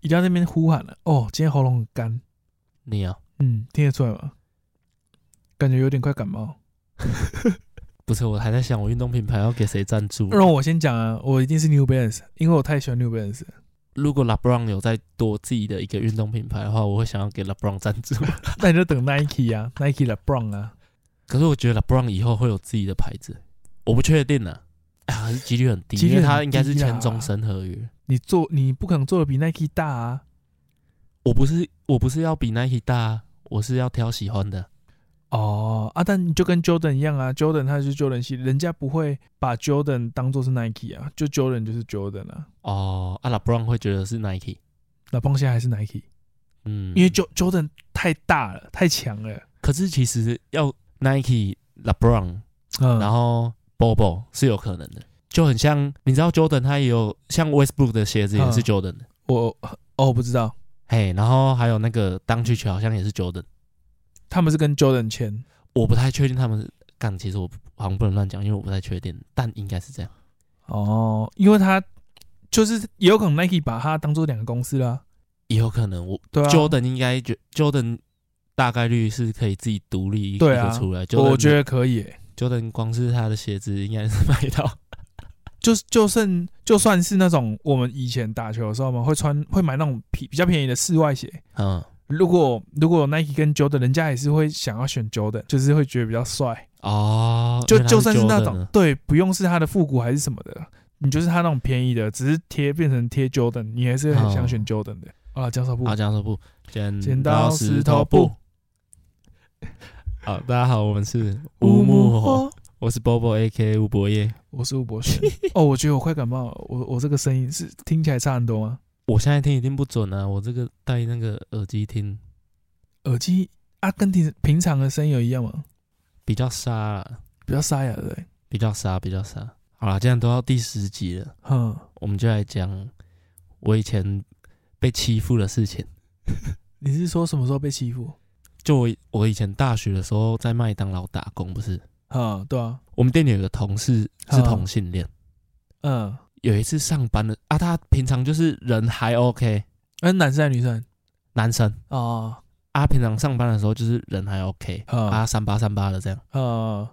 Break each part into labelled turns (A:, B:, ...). A: 一定要在那边呼喊了。哦，今天喉咙很干，
B: 你啊，
A: 嗯，听得出来吗？感觉有点快感冒。
B: 不是，我还在想我运动品牌要给谁赞助。
A: 让我先讲啊，我一定是 New Balance，因为我太喜欢 New Balance 了。
B: 如果 LeBron 有再多自己的一个运动品牌的话，我会想要给 LeBron 赞助。
A: 那你就等 Nike 啊，Nike LeBron 啊，
B: 可是我觉得 LeBron 以后会有自己的牌子，我不确定呢。啊，还是几率很低，
A: 几率很
B: 因为
A: 低啊
B: 他应该是签终身合约。
A: 你做你不可能做的比 Nike 大啊。
B: 我不是，我不是要比 Nike 大啊，我是要挑喜欢的。
A: 哦啊，但你就跟 Jordan 一样啊，Jordan 他是 Jordan 系，人家不会把 Jordan 当做是 Nike 啊，就 Jordan 就是 Jordan 啊。
B: 哦，啊，LeBron 会觉得是 Nike，
A: 那碰现在还是 Nike，
B: 嗯，
A: 因为 Jo Jordan 太大了，太强了。
B: 可是其实要 Nike、LeBron，
A: 嗯，
B: 然后 Bobo 是有可能的，就很像你知道 Jordan 他也有像 Westbrook 的鞋子也是
A: 嗯
B: Jordan 的，
A: 我哦我不知道，
B: 嘿，然后还有那个当去球好像也是 Jordan，
A: 他们是跟 Jordan 签，
B: 我不太确定他们是干，其实我不好像不能乱讲，因为我不太确定，但应该是这样。
A: 哦，因为他就是也有可能 Nike 把它当做两个公司啦。
B: 也有可能，我、
A: 对啊
B: Jordan 应该觉 Jordan 大概率是可以自己独立一
A: 对啊
B: 个出来。
A: 我
B: Jordan
A: 觉得可以耶、
B: Jordan 光是他的鞋子应该是买到，
A: 就是就算就算是那种我们以前打球的时候嘛，会穿会买那种比比较便宜的室外鞋。
B: 嗯，
A: 如果如果 Nike 跟 Jordan，人家也是会想要选 Jordan，就是会觉得比较帅。
B: 哦，
A: 就
B: 原来
A: 就算是
B: Jordan
A: 那种
B: 啊
A: 对，不用是他的复古还是什么的，你就是他那种便宜的，只是贴变成贴 Jordan，你还是很想选 Jordan 的。啊好了，江少布
B: 好，，这样说不剪
A: 剪刀石头布。
B: 好，大家好，我们是乌木火，，我是 Bobo A K 吴博业。
A: 我是吴博轩。 哦，我觉得我快感冒了，我我这个声音是听起来差很多吗？
B: 我现在听一定不准啊，我这个戴那个耳机听
A: 耳机啊，跟平平常的声音有一样吗？
B: 比较沙啊，
A: 比较沙哑的、欸，
B: 比较沙，比较沙。好啦，这样都到第十集了。
A: 哼，
B: 我们就来讲我以前被欺负的事情。
A: 你是说什么时候被欺负？
B: 就我我以前大学的时候在麦当劳打工，不是
A: 啊，对啊，
B: 我们店里有个同事是
A: 嗯
B: 同性恋，
A: 嗯，
B: 有一次上班的啊，他平常就是人还 OK，
A: 那哎男生还是女生？
B: 男生
A: 啊
B: 啊，平常上班的时候就是人还 OK，
A: 嗯
B: 啊三八三八的这样，
A: 啊，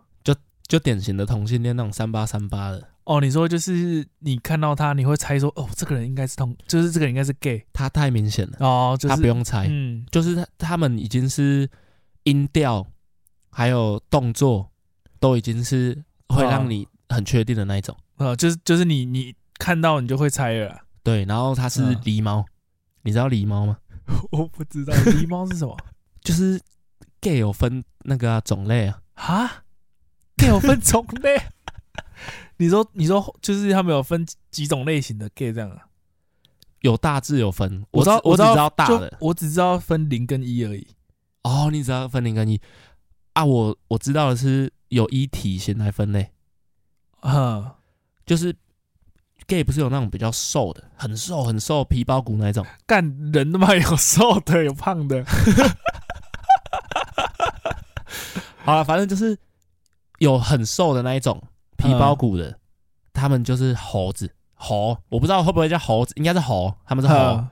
B: 就典型的同性恋那种三八三八的。
A: 哦，你说就是你看到他，你会猜说，哦，这个人应该是同，就是这个人应该是 gay
B: 他太明显了，
A: 哦，就是
B: 他不用猜，
A: 嗯
B: 就是他他们已经是音调还有动作都已经是会让
A: 哦
B: 你很确定的那一种。
A: 啊，就是就是你你看到你就会猜了啦，啊
B: 对，然后他是
A: 嗯
B: 狸猫，你知道狸猫吗？
A: 我不知道狸猫是什么
B: 就是 gay 有分那个啊、种类啊，
A: 啊？gay 有分种 类？你说你说就是他们有分几几种类型的 gay 这样啊？
B: 有大致有分，
A: 我知
B: 只
A: 道
B: 我
A: 我
B: 只
A: 知道
B: 知道大
A: 就
B: 的
A: 我只知道分零跟一而已。
B: 哦，你只要分零跟一啊，我我知道的是有一体型来分类，
A: 啊，
B: 就是 gay 不是有那种比较瘦的，很瘦很瘦皮包骨那一种，
A: 干人他妈有瘦的有胖的，
B: 好了，反正就是有很瘦的那一种皮包骨的，他们就是猴子猴，我不知道会不会叫猴子，应该是猴，他们是猴，
A: 啊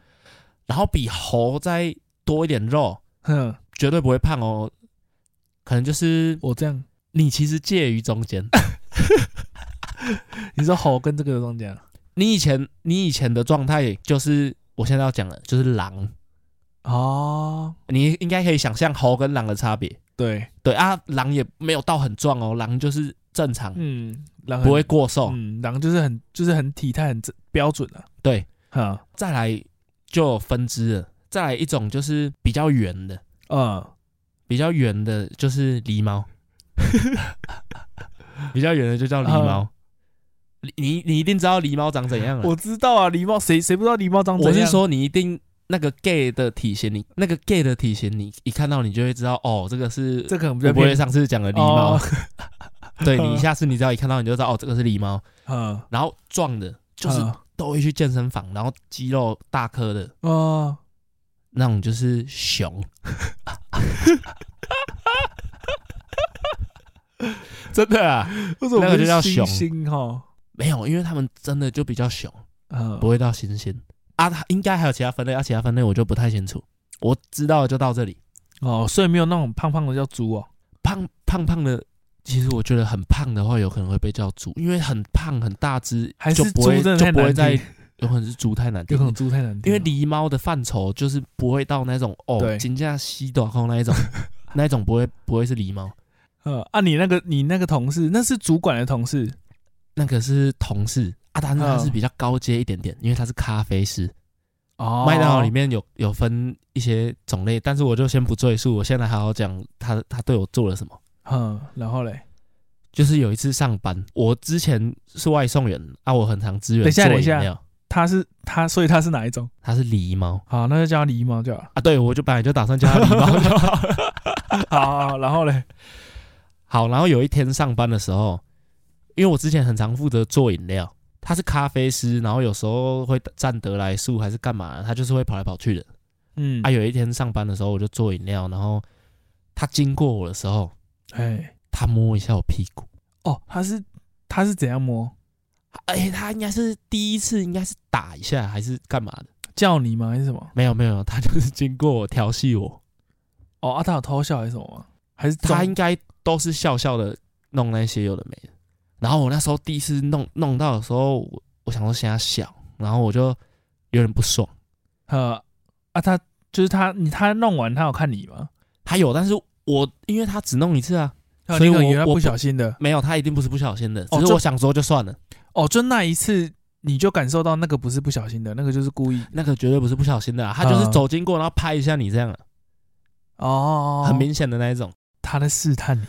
B: 然后比猴再多一点肉，
A: 哼、
B: 绝对不会胖哦。可能就是
A: 我这样，
B: 你其实介于中间，
A: 你说猴跟这个中间啊
B: 你以前你以前的状态就是我现在要讲的，就是狼，
A: 哦，
B: 你应该可以想象猴跟狼的差别。
A: 对，
B: 对啊，狼也没有到很壮哦，狼就是正常，
A: 嗯，狼很
B: 不会，过瘦。
A: 嗯，狼就是很就是很体态很正标准啊，
B: 对，
A: 哈，
B: 再来就有分支了，再来一种就是比较圆的，
A: 嗯，
B: 比较圆的就是 狸猫，比较圆的就叫狸猫。你你你一定知道狸猫长怎样了。
A: 啊我知道啊，狸猫谁谁不知道狸猫长怎
B: 嗯我
A: 样？
B: 是说，你一定那个 gay 的体型，你那个 gay 的体型，你一看到你就会知道，哦，这个是
A: 这可能比
B: 我
A: 较
B: 不会
A: 偏，
B: 上次讲的狸猫
A: 哦。
B: 对 你下次你只要一看到你就知道，哦，这个是狸猫。
A: 嗯，
B: 然后壮的，就是
A: 嗯
B: 都会去健身房，然后肌肉大颗的
A: 哦，
B: 那种就是熊。 真的啊？
A: 为什么
B: 那个就
A: 不
B: 叫
A: 是猩猩哈？
B: 没有，因为他们真的就比较熊，
A: 嗯，
B: 不会到猩猩。啊，它应该还有其他分类，啊，其他分类我就不太清楚，我知道的就到这里。
A: 哦，所以没有那种胖胖的叫猪哦。
B: 胖胖胖的，其实我觉得很胖的话，有可能会被叫猪，因为很胖很大只，
A: 还是
B: 就不会
A: 猪真的
B: 就
A: 太
B: 不会
A: 难
B: 在
A: 听，
B: 有可能是猪太难
A: 有
B: 听
A: 可
B: 了
A: 能。猪太难听啊
B: 因
A: 了，
B: 为狸猫的范畴就是不会到那种哦
A: 对，
B: 金价西短 空那一种，那一种不会不会是狸猫，
A: 呃啊，你那个你那个同事，那是主管的同事
B: 那个是同事啊，但是他
A: 嗯
B: 是比较高阶一点点，因为他是咖啡师。
A: 哦
B: 麦当劳里面有有分一些种类，但是我就先不赘述，我先来好好讲他他对我做了什么。
A: 嗯，然后嘞，
B: 就是有一次上班，我之前是外送员啊，我很常支
A: 等一
B: 援
A: 下
B: 做
A: 等一
B: 饮
A: 下
B: 料，
A: 他是他，所以他是哪一种？
B: 他是狸猫
A: 好，那就叫他狸猫就好了。
B: 啊，对我就本来就打算叫他 狸猫就好了。
A: 好好，好然后嘞，
B: 好，然后有一天上班的时候，因为我之前很常负责做饮料，他是咖啡师，然后有时候会站得来速还是干嘛，他就是会跑来跑去的。
A: 嗯，
B: 啊，有一天上班的时候，我就做饮料，然后他经过我的时候，
A: 哎，
B: 他摸一下我屁股，
A: 哦，他是他是怎样摸？
B: 哎、他应该是第一次，应该是打一下还是干嘛的？
A: 叫你吗？还是什么？
B: 没有没有，他就是经过我调戏我，
A: 哦，啊，他有偷笑还是什么吗？还是
B: 他
A: 装
B: 应该都是笑笑的弄那些有的没的。然后我那时候第一次弄弄到的时候，我我想说先他笑，然后我就有点不爽。
A: 呃啊，他就是他，你他弄完他有看你吗？
B: 他有，但是我因为他只弄一次啊，
A: 啊
B: 所以
A: 你可能
B: 我
A: 以为他
B: 我
A: 不
B: 不
A: 小心的
B: 没有，他一定不是不小心的，
A: 哦
B: 只是
A: 这
B: 我想说就算了，
A: 哦，就那一次你就感受到那个不是不小心的，那个就是故意的
B: 那个绝对不是不小心的、啊，他就是
A: 嗯
B: 走经过然后拍一下你这样、啊，
A: 哦，
B: 很明显的那一种，
A: 他在试探你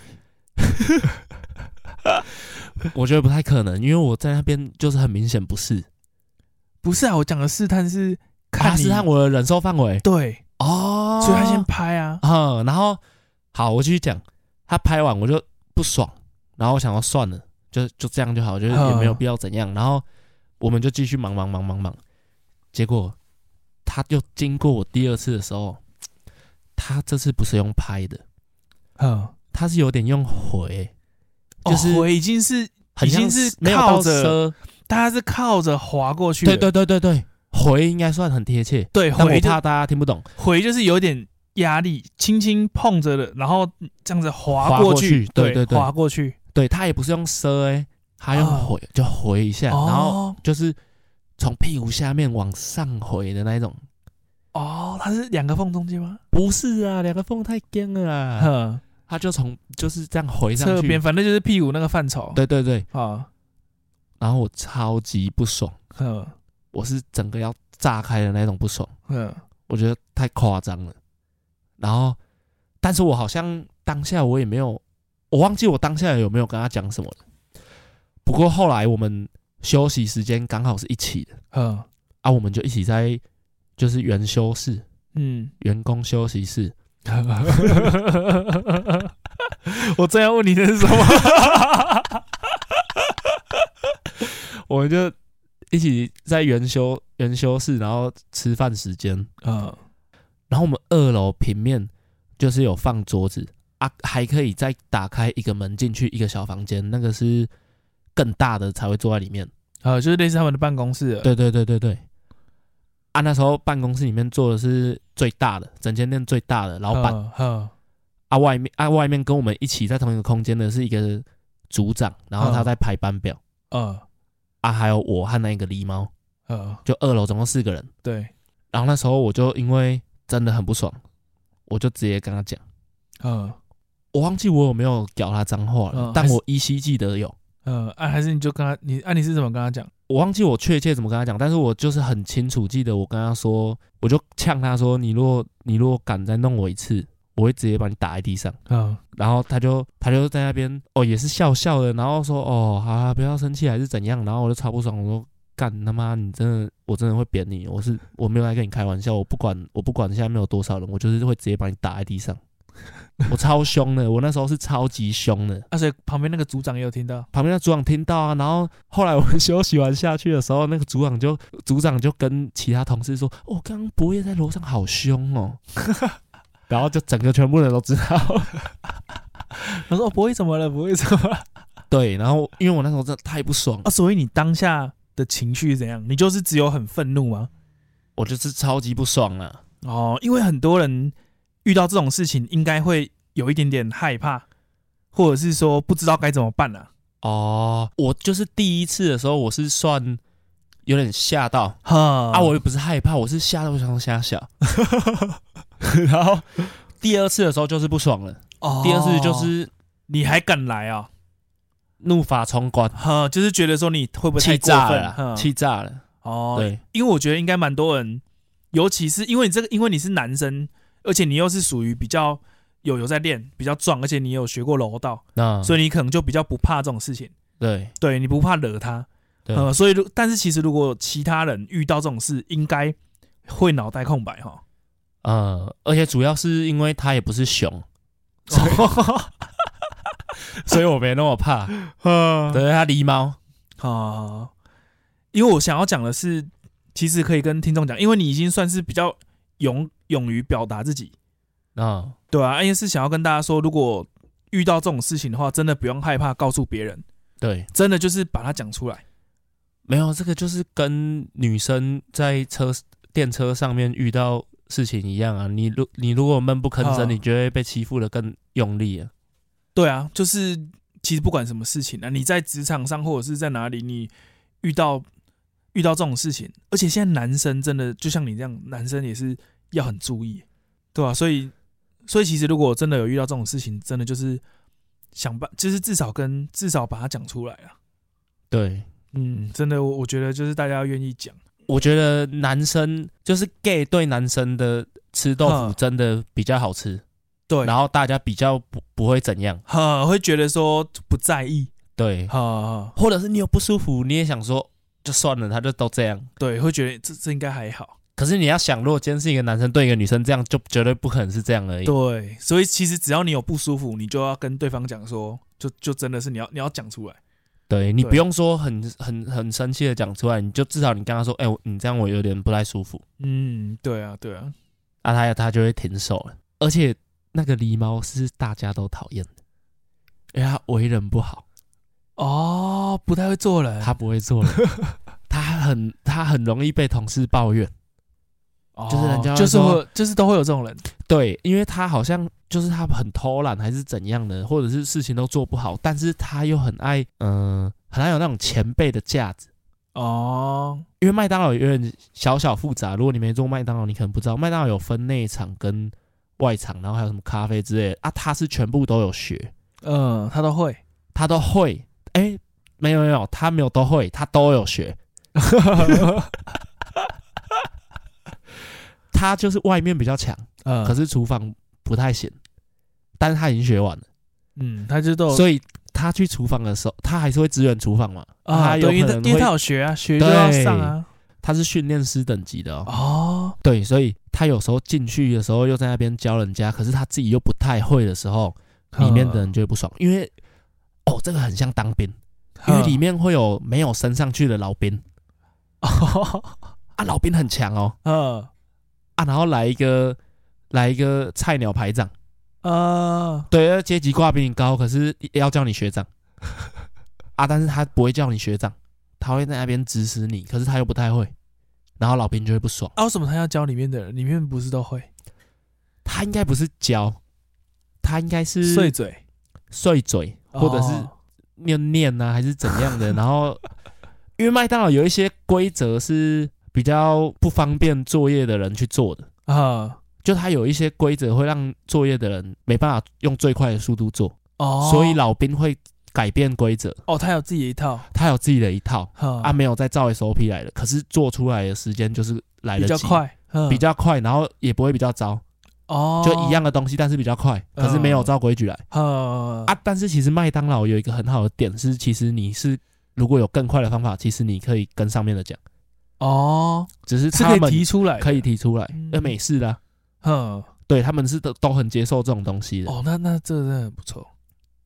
B: 我觉得不太可能，因为我在那边就是很明显不是，
A: 不是啊，我讲的试探是
B: 他
A: 看你，
B: 是看我的忍受范围
A: 对，
B: 哦，
A: 所以他先拍啊，
B: 嗯，然后好，我继续讲。他拍完我就不爽，然后我想要算了，就就这样就好，就是也没有必要怎
A: 嗯
B: 样。然后我们就继续忙忙忙忙忙。结果他又经过我第二次的时候，他这次不是用拍的，
A: 嗯，
B: 他是有点用回，
A: 哦
B: 就是
A: 回已经是
B: 很像
A: 已经是
B: 没有到
A: 靠着
B: 车。
A: 他是靠着滑过去
B: 对
A: 的，
B: 对对对对，回应该算很贴切，
A: 对
B: 但我
A: 回就
B: 怕大家听不懂。
A: 回就是有点压力，轻轻碰着的，然后这样子
B: 滑
A: 滑
B: 过
A: 过去
B: 去，对对对
A: 滑过去，
B: 对他也不是用车哎、他用
A: 哦
B: 回、就回一下，啊然后
A: 哦
B: 就是从屁股下面往上回的那一种。
A: 哦，他是两个缝中间吗？
B: 不是啊，两个缝太尖了啦，
A: 哼，
B: 他就从就是这样回啊上
A: 侧
B: 去。
A: 边反正就是屁股那个范畴，
B: 对对对，
A: 啊，
B: 然后我超级不爽，
A: 哼
B: 我是整个要炸开的那种不爽，
A: 哼，
B: 我觉得太夸张了。然后，但是我好像当下我也没有，我忘记我当下有没有跟他讲什么了。不过后来我们休息时间刚好是一起的
A: 哼，
B: 啊，我们就一起在就是员休室、
A: 嗯，
B: 员工休息室
A: 我正要问你的是什么？
B: 我们就一起在元修元修室，然后吃饭时间，
A: 嗯，
B: 然后我们二楼平面就是有放桌子啊，还可以再打开一个门进去一个小房间，那个是更大的才会坐在里面。
A: 呃，就是类似他们的办公室了，
B: 对对对对对。啊，那时候办公室里面坐的是最大的，整间店最大的老板、
A: 嗯，哼，
B: 啊，外面啊外面跟我们一起在同一个空间的是一个组长，然后他
A: 嗯
B: 在排班表、
A: 嗯，
B: 啊，还有我和那个狸猫，
A: 呃，
B: 就二楼总共四个人。
A: 对，
B: 然后那时候我就因为真的很不爽，我就直接跟他讲，
A: 嗯
B: 我忘记我有没有屌他脏话了，
A: 嗯
B: 但
A: 还是
B: 我依稀记得有，
A: 嗯，啊，还是你就跟他，你啊，你是怎么跟他讲？
B: 我忘记我确切怎么跟他讲，但是我就是很清楚记得我跟他说，我就呛他说，你若你若敢再弄我一次，我会直接把你打在地上。
A: 嗯，
B: 然后他就他就在那边哦，也是笑笑的，然后说哦，好、啊，不要生气还是怎样，然后我就超不爽，我说干他妈，你真的我真的会扁你，我是我没有在跟你开玩笑，我不管我不管下面有多少人，我就是会直接把你打在地上，我超凶的，我那时候是超级凶的，
A: 啊，所以旁边那个组长也有听到，
B: 旁边的组长听到啊，然后后来我们休息完下去的时候，那个组长就组长就跟其他同事说，哦，刚刚博业在楼上好凶哦，然后就整个全部人都知道。
A: 他说哦，不会怎么了，不会怎么了。
B: 对，然后因为我那时候真的太不爽了
A: 啊，所以你当下的情绪是怎样？你就是只有很愤怒吗？
B: 我就是超级不爽啊。
A: 哦，因为很多人遇到这种事情，应该会有一点点害怕，或者是说不知道该怎么办啊。
B: 哦，我就是第一次的时候，我是算有点吓到
A: 哈
B: 啊，我又不是害怕，我是吓到我想说瞎想。然后第二次的时候就是不爽了，
A: 哦
B: 第二次就是
A: 你还敢来啊？
B: 怒发冲冠，
A: 哈，就是觉得说你会不会太
B: 气
A: 过
B: 炸
A: 分
B: 了啦，
A: 哼
B: 气炸了。
A: 哦，
B: 对，
A: 因为我觉得应该蛮多人，尤其是因为你这个，因为你是男生，而且你又是属于比较有有在练，比较壮，而且你有学过柔道，
B: 那
A: 所以你可能就比较不怕这种事情。
B: 对
A: 对你不怕惹他，
B: 对
A: 呃，所以如但是其实如果其他人遇到这种事，应该会脑袋空白哈。
B: 呃，而且主要是因为他也不是熊，
A: 哦
B: 所以 我没那么怕。
A: 呃，
B: 对，他狸猫，
A: 啊、因为我想要讲的是，其实可以跟听众讲，因为你已经算是比较勇勇于表达自己，
B: 嗯，
A: 对啊，因为是想要跟大家说，如果遇到这种事情的话，真的不用害怕告诉别人，
B: 对，
A: 真的就是把它讲出来。
B: 没有这个就是跟女生在车电车上面遇到事情一样啊。你如你如果闷不吭声，
A: 嗯
B: 你就会被欺负的更用力啊。
A: 对啊，就是其实不管什么事情啊，你在职场上或者是在哪里，你遇到遇到这种事情，而且现在男生真的就像你这样，男生也是要很注意，对吧、所以所以其实如果真的有遇到这种事情，真的就是想办，就是至少跟至少把它讲出来啊。
B: 对，
A: 嗯，真的，我我觉得就是大家要愿意讲。
B: 我觉得男生就是 gay 对男生的吃豆腐
A: 嗯
B: 真的比较好吃，
A: 对，
B: 然
A: 后
B: 后大家比较不不会怎样。
A: 哈会觉得说不在意，
B: 对，
A: 哈哈
B: 或者是你有不舒服，你也想说就算了，他就都这样。
A: 对，会觉得这这应该还好。
B: 可是你要想，如果今天是一个男生对一个女生这样，就绝对不可能是这样而已。
A: 对，所以其实只要你有不舒服，你就要跟对方讲说，就就真的是你要你要讲出来。
B: 对你
A: 对
B: 不用说很很很生气的讲出来，你就至少你跟他说，哎、我你这样我有点不太舒服，
A: 嗯，对啊，对啊，
B: 啊他他就会停手了。而且那个狸猫是大家都讨厌的，因哎为他为人不好，
A: 哦，不太会做人，
B: 他不会做 人，他很他很容易被同事抱怨。
A: 哦
B: 就是人家会
A: 就是
B: 说
A: 会就是都会有这种人。
B: 对，因为他好像就是他很偷懒还是怎样的，或者是事情都做不好，但是他又很爱，嗯、很爱有那种前辈的架子。
A: 哦，
B: 因为麦当劳有点小小复杂，如果你没做麦当劳，你可能不知道，麦当劳有分内场跟外场，然后还有什么咖啡之类的啊，他是全部都有学，
A: 嗯，他都会。
B: 他都会。哎，没有没有，他没有都会，他都有学。他就是外面比较强，
A: 嗯，
B: 可
A: 是
B: 是厨房不太行，但是他已经学完了。
A: 嗯，他就都有
B: 所以他去厨房的时候，他还是会支援厨房嘛？
A: 啊，
B: 他有
A: 对，因
B: 可
A: 为他
B: 能
A: 因为他
B: 会，
A: 有学啊，学就要
B: 对
A: 上啊。
B: 他是训练师等级的哦。
A: 哦，
B: 对，所以他有时候进去的时候又在那边教人家，可是他自己又不太会的时候，哦
A: 嗯
B: 里面的人就会不爽，因为哦，这个很像当兵，
A: 嗯
B: 因为里面会有没有升上去的老兵
A: 哦，
B: 啊，老兵很强哦
A: 嗯
B: 啊，然后来一个来一个菜鸟排长，
A: 啊，
B: 对，呃阶级挂比你高，可是要叫你 学长啊，但是他不会叫你学长，他会在那边指使你，可是他又不太会，然后老兵就会不爽。
A: 啊，为什么他要教里面的人？里面不是都会
B: 他应该不是教，他应该是
A: 碎嘴，
B: 碎嘴，或者是
A: 哦
B: 念念啊，还是怎样 的？然后，因为麦当劳有一些规则是比较不方便作业的人去做的，
A: 啊，
B: 就它有一些规则会让作业的人没办法用最快的速度做，
A: 哦，
B: 所以老兵会改变规则，
A: 哦，他有自己的一套。
B: 他有自己的一套，
A: 哈
B: 啊，没有再照 SOP 来的，可是做出来的时间就是来
A: 比
B: 得
A: 较
B: 及，
A: 快，嗯
B: 比较快，然后也不会比较糟，
A: 哦，嗯
B: 就一样的东西，但是比较快，可是没有照规矩来。
A: 呃
B: 啊，但是其实麦当劳有一个很好的点是，其实你是如果有更快的方法，其实你可以跟上面的讲，
A: 哦，
B: 只是
A: 是
B: 他
A: 可以
B: 们
A: 提出来的，
B: 可以提出来
A: 嗯，
B: 那美式啦，
A: 嗯
B: 对他们是都都很接受这种东西的，
A: 哦，那那这真的很不错，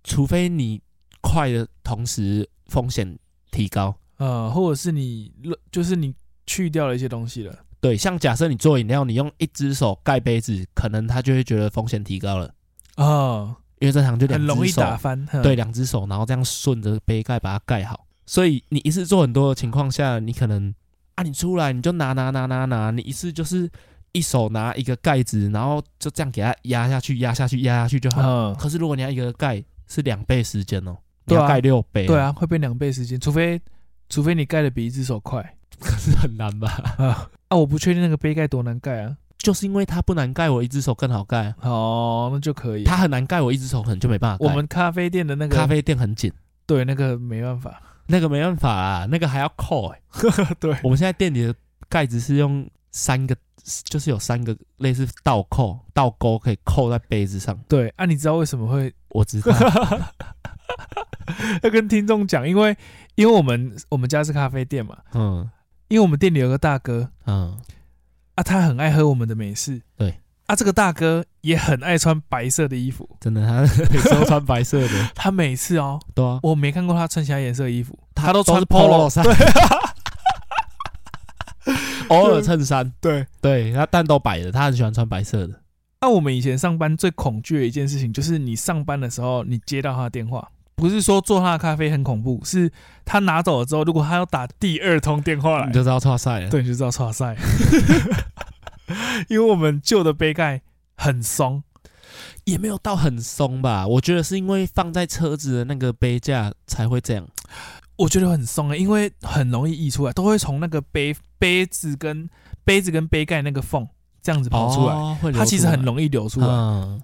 B: 除非你快的同时风险提高。
A: 呃，或者是你就是你去掉了一些东西了，
B: 对，像假设你做饮料，你用一只手盖杯子，可能他就会觉得风险提高了，
A: 啊，
B: 因为正常就两
A: 很容
B: 只
A: 易
B: 手，
A: 打翻，嗯哼
B: 对，，两只手，然后这样顺着杯盖把它盖好。所以你一次做很多的情况下，你可能啊，你出来你就拿拿拿拿拿，你一次就是一手拿一个盖子，然后就这样给它压下去，压下去，压下去就好。
A: 嗯，
B: 可是如果你要一个盖是两倍时间哦，你
A: 对啊
B: 要盖六倍，
A: 对，啊，会变两倍时间，除非除非你盖的比一只手快
B: 可是很难吧？
A: 啊啊！我不确定那个杯盖多难盖啊。
B: 就是因为它不难盖，我一只手更好盖。啊
A: 哦，那就可以。
B: 它很难盖，我一只手可能就没办法盖。
A: 我们咖啡店的那个
B: 咖啡店很紧，
A: 对那个没办 法，
B: 那个没办法啊，那个还要扣哎、
A: 对
B: 我们现在店里的盖子是用三个，就是有三个类似倒扣、倒钩可以扣在杯子上。
A: 对啊，你知道为什么会
B: 我知道，
A: 要跟听众讲，因为因为我们我们家是咖啡店嘛，
B: 嗯
A: 因为我们店里有个大哥
B: 嗯，
A: 啊，他很爱喝我们的美式，
B: 对
A: 啊，这个大哥也很爱穿白色的衣服，
B: 真的，他每次都穿白色的，
A: 他每次哦，
B: 对啊，
A: 我没看过他穿其他颜色的衣服，他都
B: 都
A: 穿
B: 是 polo 衫，对，偶尔衬衫，
A: 对，
B: 对他但都白的，他很喜欢穿白色的，
A: 那、啊我们以前上班最恐惧的一件事情，就是你上班的时候，你接到他的电话。不是说做他的咖啡很恐怖，是他拿走了之后，如果他要打第二通电话来
B: 你，就知道穿晒了。
A: 对，你就知道差赛。因为我们旧的杯盖很松，
B: 也没有到很松吧，我觉得是因为放在车子的那个杯架才会这样。
A: 我觉得很松欸的、因为很容易溢出来，都会从那个杯杯子跟杯子跟杯盖那个缝这样子跑出来，
B: 哦、会流
A: 它其实很
B: 出
A: 容易流出
B: 来
A: 来。
B: 嗯，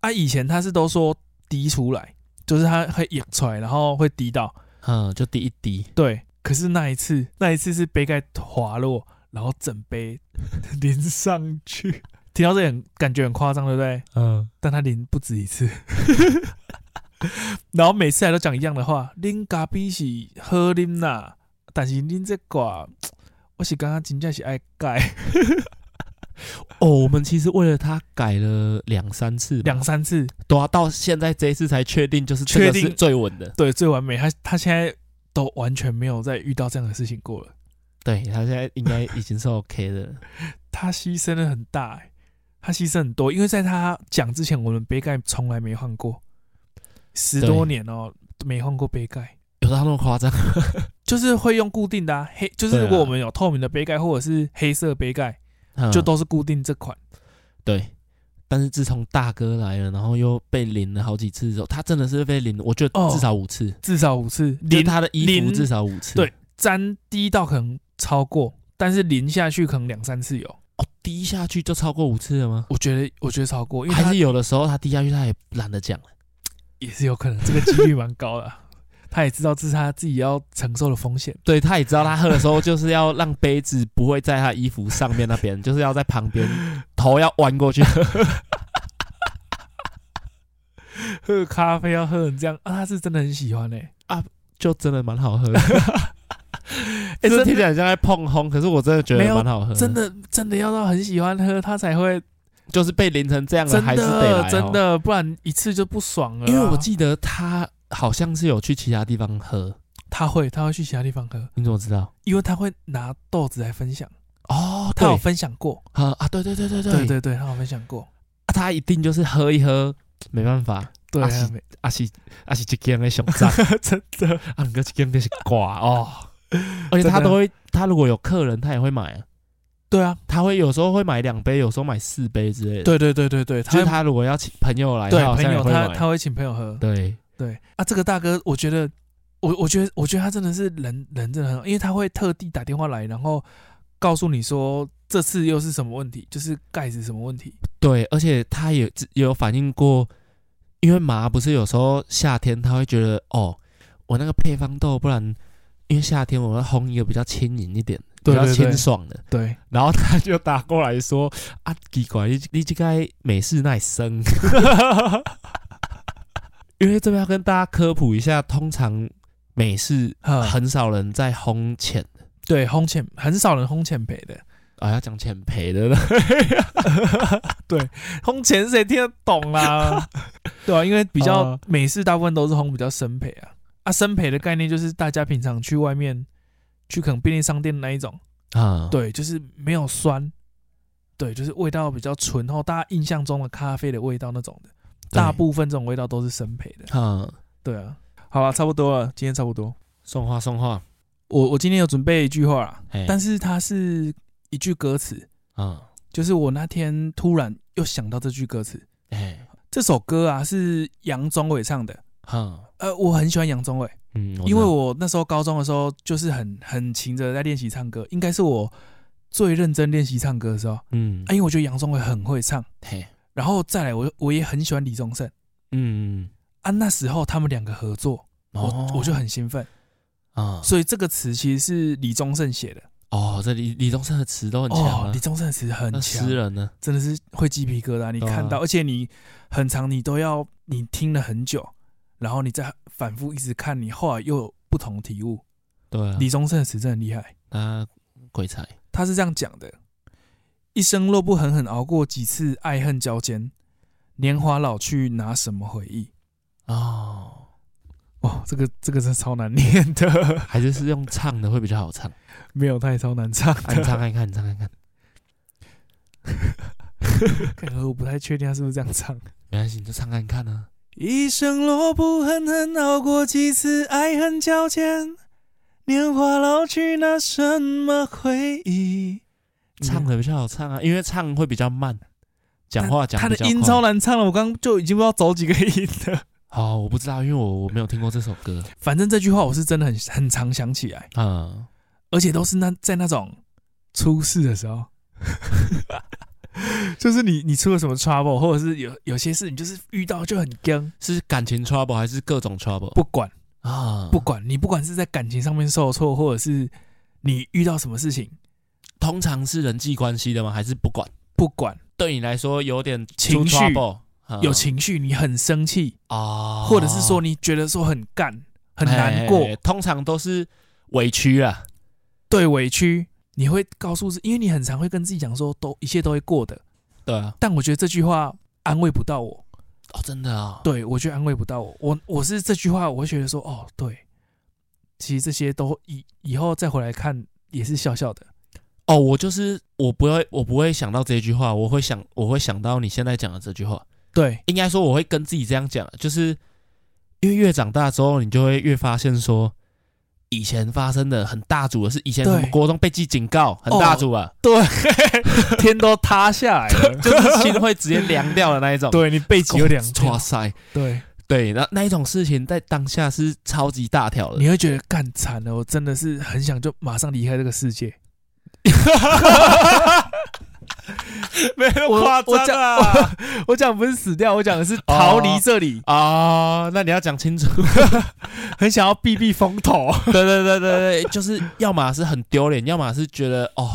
A: 啊，以前它是都说滴出来，就是它会溢出来，然后会滴到。
B: 嗯，就滴一滴，
A: 对，可是那一次，那一次是杯盖滑落，然后整杯 淋上去。听到这里很感觉很夸张，对不对？
B: 嗯，
A: 但他淋不止一次， 然后每次来都讲一样的话，恁咖啡是好啉啦，但是恁这个，我是刚刚真正是爱改
B: 哦，我们其实为了它改了两三次吧，
A: 两三次，
B: 对啊，到现在这一次才确定，就是这个
A: 确定
B: 是最稳的。
A: 对，最完美。他他现在都完全没有再遇到这样的事情过了，
B: 对，它现在应该已经是 OK 的了。
A: 他牺牲的很大、欸，他牺牲很多，因为在他讲之前，我们杯盖从来没换过，十多
B: 对
A: 年哦、没换过杯盖。
B: 有到那么夸张？
A: 就是会用固定的、啊、黑，就是
B: 对啊
A: 如果我们有透明的杯盖或者是黑色杯盖，
B: 嗯
A: 就都是固定这款。
B: 对。但是自从大哥来了，然后又被淋了好几次之后，他真的是被淋，我觉
A: 哦
B: 得至少五次，
A: 至少五次，
B: 就是
A: 淋
B: 他的衣服
A: 淋
B: 至少五次。
A: 对沾滴到可能超过，但是淋下去可能两三次有。
B: 哦，滴下去就超过五次了吗？
A: 我觉得，我觉得超过，因为
B: 还
A: 它
B: 是有的时候他滴下去他也懒得讲了。
A: 也是有可能，这个几率蛮高的啊、他也知道这是他自己要承受的风险，
B: 对，他也知道他喝的时候就是要让杯子不会在他衣服上面那边，就是要在旁边，头要弯过去。
A: 喝咖啡要喝成这样啊，他是真的很喜欢哎、欸。
B: 就真的蛮好喝的。 哎、
A: 真的
B: 这听起来像在碰轰，可是我真的觉
A: 没
B: 得
A: 有
B: 蛮好喝，
A: 真的真的要到很喜欢喝，他才会
B: 就是被淋成这样了，
A: 真
B: 还是得来
A: 的
B: 哦
A: 真。的，不然一次就不爽了啊、
B: 因为我记得他好像是有去其他地方喝，
A: 他会他会去其他地方喝，
B: 你怎么知道？
A: 因为他会拿豆子来分享，
B: 哦，
A: 他有
B: 对，
A: 分享过，
B: 喝啊，对对对对对
A: 对对对，他有分享过，
B: 啊他一定就是喝一喝，没办法，
A: 对，
B: 啊
A: 他
B: 是
A: 没
B: 啊是啊是一间的熊赞，
A: 真的，
B: 啊你哥一间就是挂哦， 而
A: 啊
B: 且他都会，他如果有客人，他也会买、啊，
A: 对啊，
B: 他会有时候会买两杯，有时候买四杯之类的。，
A: 对对对对对，
B: 就
A: 他
B: 是他如果要请朋友来，
A: 对
B: 他好像
A: 朋
B: 也
A: 友
B: 会
A: 他
B: 买
A: 他会请朋友喝，
B: 对，
A: 对啊，这个大哥，我觉得我我觉得我觉得他真的是人人真的很好，因为他会特地打电话来，然后告诉你说这次又是什么问题，就是盖子什么问题，
B: 对，而且他也自也有反映过，因为麻不是有时候夏天他会觉得哦，我那个配方豆，不然因为夏天我要烘一个比较轻盈一点、
A: 对
B: 比较
A: 对对
B: 清爽的，
A: 对，
B: 然后他就打过来说 啊，奇怪，你你这个美式耐生， 因为这边要跟大家科普一下，通常美式呃
A: 哈，
B: 很少人在烘浅，
A: 对烘浅很少人烘浅焙的，
B: 啊、要讲浅培的了，
A: 烘浅谁听得懂啦？对啊，因 为比较
B: 哦
A: 美式大部分都是烘比较生焙啊，啊生焙的概念就是大家平常去外面去可能便利商店那一种。
B: 啊，
A: 对，就是没有酸，对，就是味道比较醇厚，大家印象中的咖啡的味道那种的，
B: 对
A: 大部分这种味道都是生培的。
B: 啊，
A: 对啊，好了，差不多了，今天差不多。
B: 送话送话，
A: 我我今天有准备一句话啦，
B: 嘿
A: 但是它是一句歌词，
B: 啊，
A: 就是我那天突然又想到这句歌词。
B: 哎，
A: 这首歌啊是杨宗纬唱的，
B: 哈，
A: 呃，我很喜欢杨宗纬，
B: 啊嗯，
A: 因为
B: 知道
A: 我那时候高中的时候就是很很勤着在练习唱歌，应该是我最认真练习唱歌的时候，啊
B: 嗯，
A: 因为我觉得杨宗纬很会唱，
B: 嘿，
A: 然后再来我我也很喜欢李宗盛
B: 嗯，
A: 啊，那时候他们两个合作，
B: 哦
A: 我我就很兴奋，
B: 啊，
A: 所以这个词其实是李宗盛写的，
B: 哦，这李李宗盛的词都很强
A: 哦，
B: 啊
A: 李，宗盛的词很
B: 那
A: 强
B: 诗，人呢？
A: 真的是会鸡皮疙瘩，你
B: 对啊
A: 看到，而且你很长，你都要你听了很久，然后你再反复一直看，你后来又有不同体悟。
B: 对啊，
A: 李宗盛的词真的很厉害，
B: 他鬼才，
A: 他是这样讲的：一生若不狠狠熬过几次爱恨交煎，年华老去拿什么回忆？
B: 哦，
A: 哇，这个这个是超难念的，
B: 还是是用唱的会比较 好唱，
A: 没有太超难唱
B: 啊你
A: 的。
B: 唱看看，你唱看看，
A: 可能我不太确定他是不是这样唱。
B: 没关系，你就唱看看啊。
A: 一生若不狠狠熬过几次爱恨交煎，年华老去拿什么回忆？嗯
B: 唱的比较好唱啊，因为唱会比较慢，讲话讲
A: 他
B: 比
A: 的
B: 较
A: 音
B: 快
A: 超难唱了，我刚刚就已经不知道走几个音了。
B: 哦，我不知道，因为我我没有听过这首歌
A: 反正这句话我是真的很很常想起来，
B: 啊。
A: 而且都是那在那种出事的时候， 就是你你出了什么 trouble，或者是有有些事你就是遇到就很僵，
B: 是感情 trouble 还是各种 trouble
A: 不管
B: 啊？
A: 不，管你不管是在感情上面受挫，或者是你遇到什么事情，
B: 通常是人际关系的吗？还是不管？
A: 不管。
B: 对你来说有点
A: 情绪
B: trouble，啊
A: 有情绪，你很生气，
B: 啊，
A: 或者是说你觉得说很干、很难过
B: 哎哎、哎通常都是委屈啊。
A: 对委屈，你会告诉自己，因为你很常会跟自己讲说，都一切都会过的。
B: 对啊，
A: 但我觉得这句话安慰不到我，
B: 哦，真的啊、哦，
A: 对我觉得安慰不到我。我我是这句话，我会觉得说，哦，对，其实这些都以以后再回来看也是笑笑的。
B: 哦，我就是我不会，我不会想到这句话，我会想，我会想到你现在讲的这句话。
A: 对
B: 应该说，我会跟自己这样讲，就是因为越长大之后，你就会越发现说，以前发生的很大组的是以前
A: 对
B: 什么国中被记警告，很大组啊，
A: 对， 天都塌下来了，
B: 就是心会直接凉掉的那一种。
A: 哦对你背脊有两
B: 哇
A: 条，
B: 塞，
A: 对，
B: 对，那那一种事情在当下是超级大条的
A: 你。会觉得干惨了，我真的是很想就马上离开这个世界。
B: 没有
A: 夸张啊！我 讲不是死掉，我讲的是逃
B: 哦
A: 离这里，
B: 啊、那你要讲清楚。
A: 很想要避避风 头。
B: 对对对对对，就是要么是很丢脸，要么是觉得哦，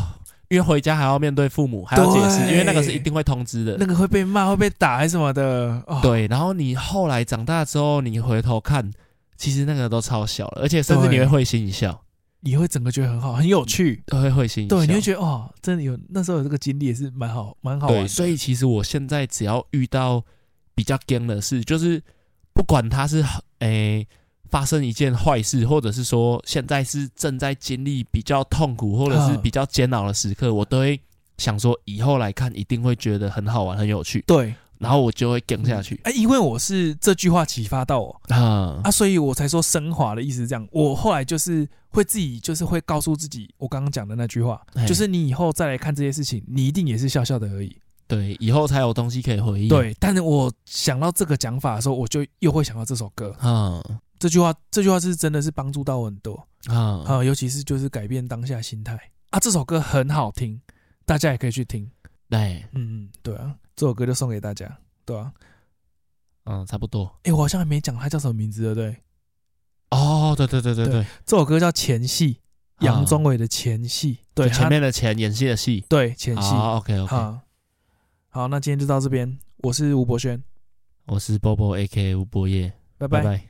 B: 因为回家还要面对父母，还要解释，
A: 对
B: 因为那个是一定会通知的。
A: 那个会被骂、会被打还是什么的。哦，
B: 对，然后你后来长大之后，你回头看，其实那个都超小了，而且甚至你会
A: 对
B: 会心一笑，
A: 你会整个觉得很好，很有趣。
B: 会会心一笑。
A: 对，你会觉得哦，真的有那时候有这个经历也是蛮好，蛮好玩
B: 对，
A: 的。
B: 所以其实我现在只要遇到比较干的事，就是不管它是诶、发生一件坏事，或者是说现在是正在经历比较痛苦或者是
A: 嗯
B: 比较煎熬的时刻，我都会想说以后来看一定会觉得很好玩、很有趣，
A: 对，
B: 然后我就会跟下去
A: 哎、因为我是这句话启发到我
B: 啊
A: 啊，所以我才说升华的意思是这样。我后来就是会自己，就是会告诉自己，我刚刚讲的那句话
B: 嘿，
A: 就是你以后再来看这些事情，你一定也是笑笑的而已。
B: 对，以后才有东西可以回忆。，
A: 对，但是我想到这个讲法的时候，我就又会想到这首歌。
B: 啊
A: 这句话，这句话是真的是帮助到我很多
B: 啊，
A: 啊、尤其是就是改变当下心态啊。这首歌很好听，大家也可以去听。
B: 对，
A: 嗯嗯，对啊，这首歌就送给大家，对啊。
B: 嗯，差不多。
A: 诶，我好像还没讲它叫什么名字，对不对？
B: 哦，对对对对对，
A: 这首歌叫《前戏》，杨宗纬的《前戏》对，
B: 啊就前
A: 它
B: 面的前演戏的戏。哦
A: 对前戏。啊
B: 好，OK OK，
A: 好，好，那今天就到这边，我是吴博轩，
B: 我是 Bobo A K 吴博业，
A: 拜
B: 拜拜。